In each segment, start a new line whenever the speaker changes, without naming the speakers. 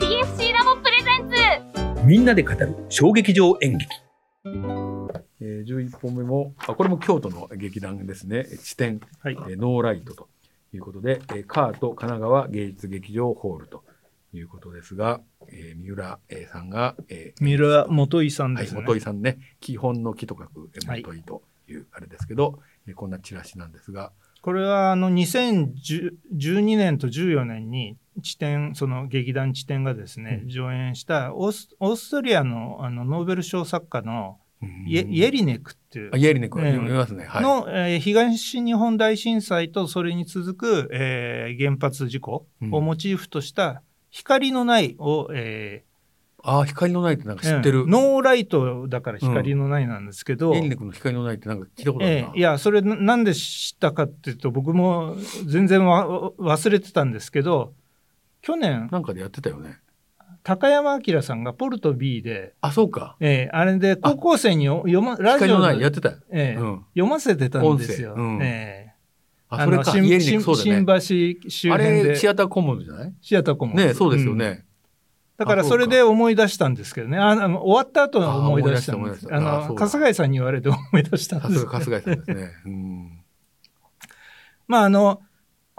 シーラボプレゼンツ
みんなで語る小劇場演劇
えー、11本目もあこれも京都の劇団ですね地点、
はい
えーノーライトということで、えーカート神奈川芸術劇場ホールということですが、えー三浦えーさんが、えー
三浦元井さん
は
で
い、
すね。
元井さんね基本の木と書くえー
はい
元井というあれですけど、えーこんなチラシなんですが
これはあの2012年と14年に地点その劇団地点がですね、
う
上演したオースオーストリアのあのノーベル賞作家のイエ,、
うん
イエリネクっていう
あイエリネ君
ええ
読みますね、はい、
の、えー東日本大震災とそれに続く、えー原発事故をモチーフとした光のないを、え
あー光のないってなんか
ー
知ってる、
うんノーライトだから光のないなんですけど、
イエリネ君の光のないってなんか聞いたことある
え
な、
え、いやそれななんで知ったかっていうと僕も全然わ忘れてたんですけど去年
なんかでやってたよね
高山明さんがポルト B で、
あそうか
ええ、あれで高校生によ読まラ
光
ジオ
のないやって
で、
たよ、
ええ
うん
読ませてたんですよ。
音声うん
ええ
あそれ
の
か
新
イエリネクそうだね
新新橋周
あ
辺
れ
で
シアターコモンズじゃない
シアターコモンズ
ねそうですよね、
んだから
あそう
そ
か
れで思い出したんですけどねああの終わった後は思い出したんです
あ
あ
思い出した思い出したあそ
の
うだ
春日井さんに言われて思い出したん
さ
ですす
が春日井さんです ね。うん。
まああの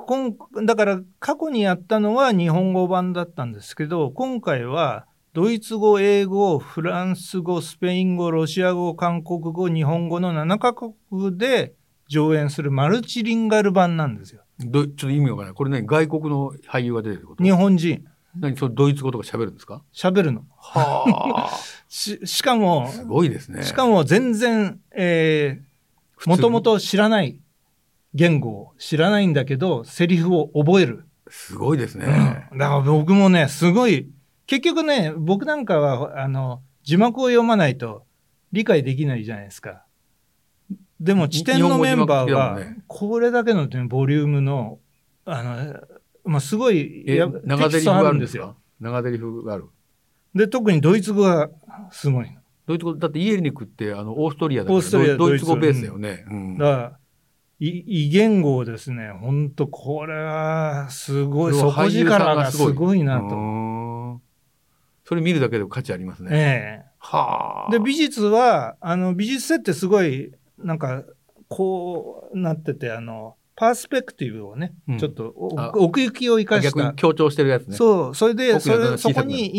今だから過去にやったのは日本語版だったんですけど今回はドイツ語英語フランス語スペイン語ロシア語韓国語日本語の7カ国で上演するマルチリンガル版なんですよ
どちょっと意味わからない。これね、外国の俳優が出てるってこと。
日本人
何それドイツ語とか喋るんですか。
喋るの
はあ。
ししかも
すごいですね。
しかも全然えーもとも
と
と知らない言語を知らないんだけど、セリフを覚える。
すごいですね。
うんだから僕もね、すごい、結局ね、僕なんかは、あの、字幕を読まないと理解できないじゃないですか。でも、地点のメンバーは
日本語字幕付きだもん、
これだけのねボリュームの、あの、まあ、すごい、
え
や
長ゼリフがあるんです
テキスト
よ。長ゼリフがある。
で、特にドイツ語がすごいの。
ドイツ語だってイエリネクってあのオーストリアだから
オーストリア
ドイツ語
ド
ベ
イ
ー
ツ
スだよね。うん。
だから、い異言語をですね、本当これは、すごい、
これは
底
俳優さん
力
が
が
す
す
ごい
ごいな
う
と。
ーんそれ見るだけでも価値ありますね。
え
は
え
あ。
で、美術は、あの、美術性ってすごい、なんか、こうなってて、あの、パースペクティブをね、
うん
ちょっとお
あ
奥行きを生かし
逆に
た。
強調してるやつね。
そう、それで、
奥が
そ
だんだん小
れそ
さくな
こ
る
に陰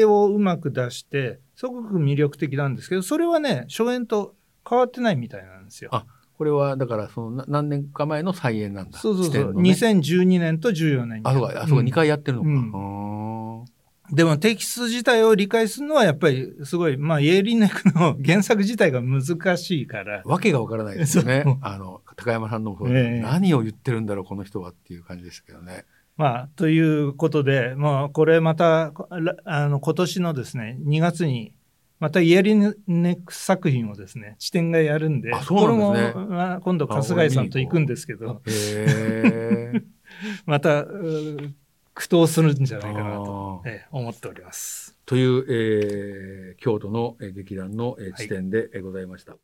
影をうまく出して、すごく魅力的なんですけど、それはね、初演と変わってないみたいなんですよ。
あこれはだからそのな何年か前の再演なんだ。
そうそう
地
そ
点
う、
のね
2012年と14年に。
あ、そうか、あ、そうか、
うん
二回やってるのか。
う
うんん。
でもテキスト自体を理解するのはやっぱりすごい、まあ、イエリネクの原作自体が難しいから。
わけがわからないですよね
そう。
あの、高山さんの方、
ええ
何を言ってるんだろう、この人はっていう感じでしたけどね。
まあ、ということで、まあ、これまたこらあの今年のですね2月にまたイエリネク作品をですね地点がやるんで
あそうなんですね
これも、まあ、今度春日井さんと行くんですけど
へえ。
またうー苦闘するんじゃ ないかなと、
あー
ええ思っております。
という、えー京都のえー劇団のえー地点でえーございました。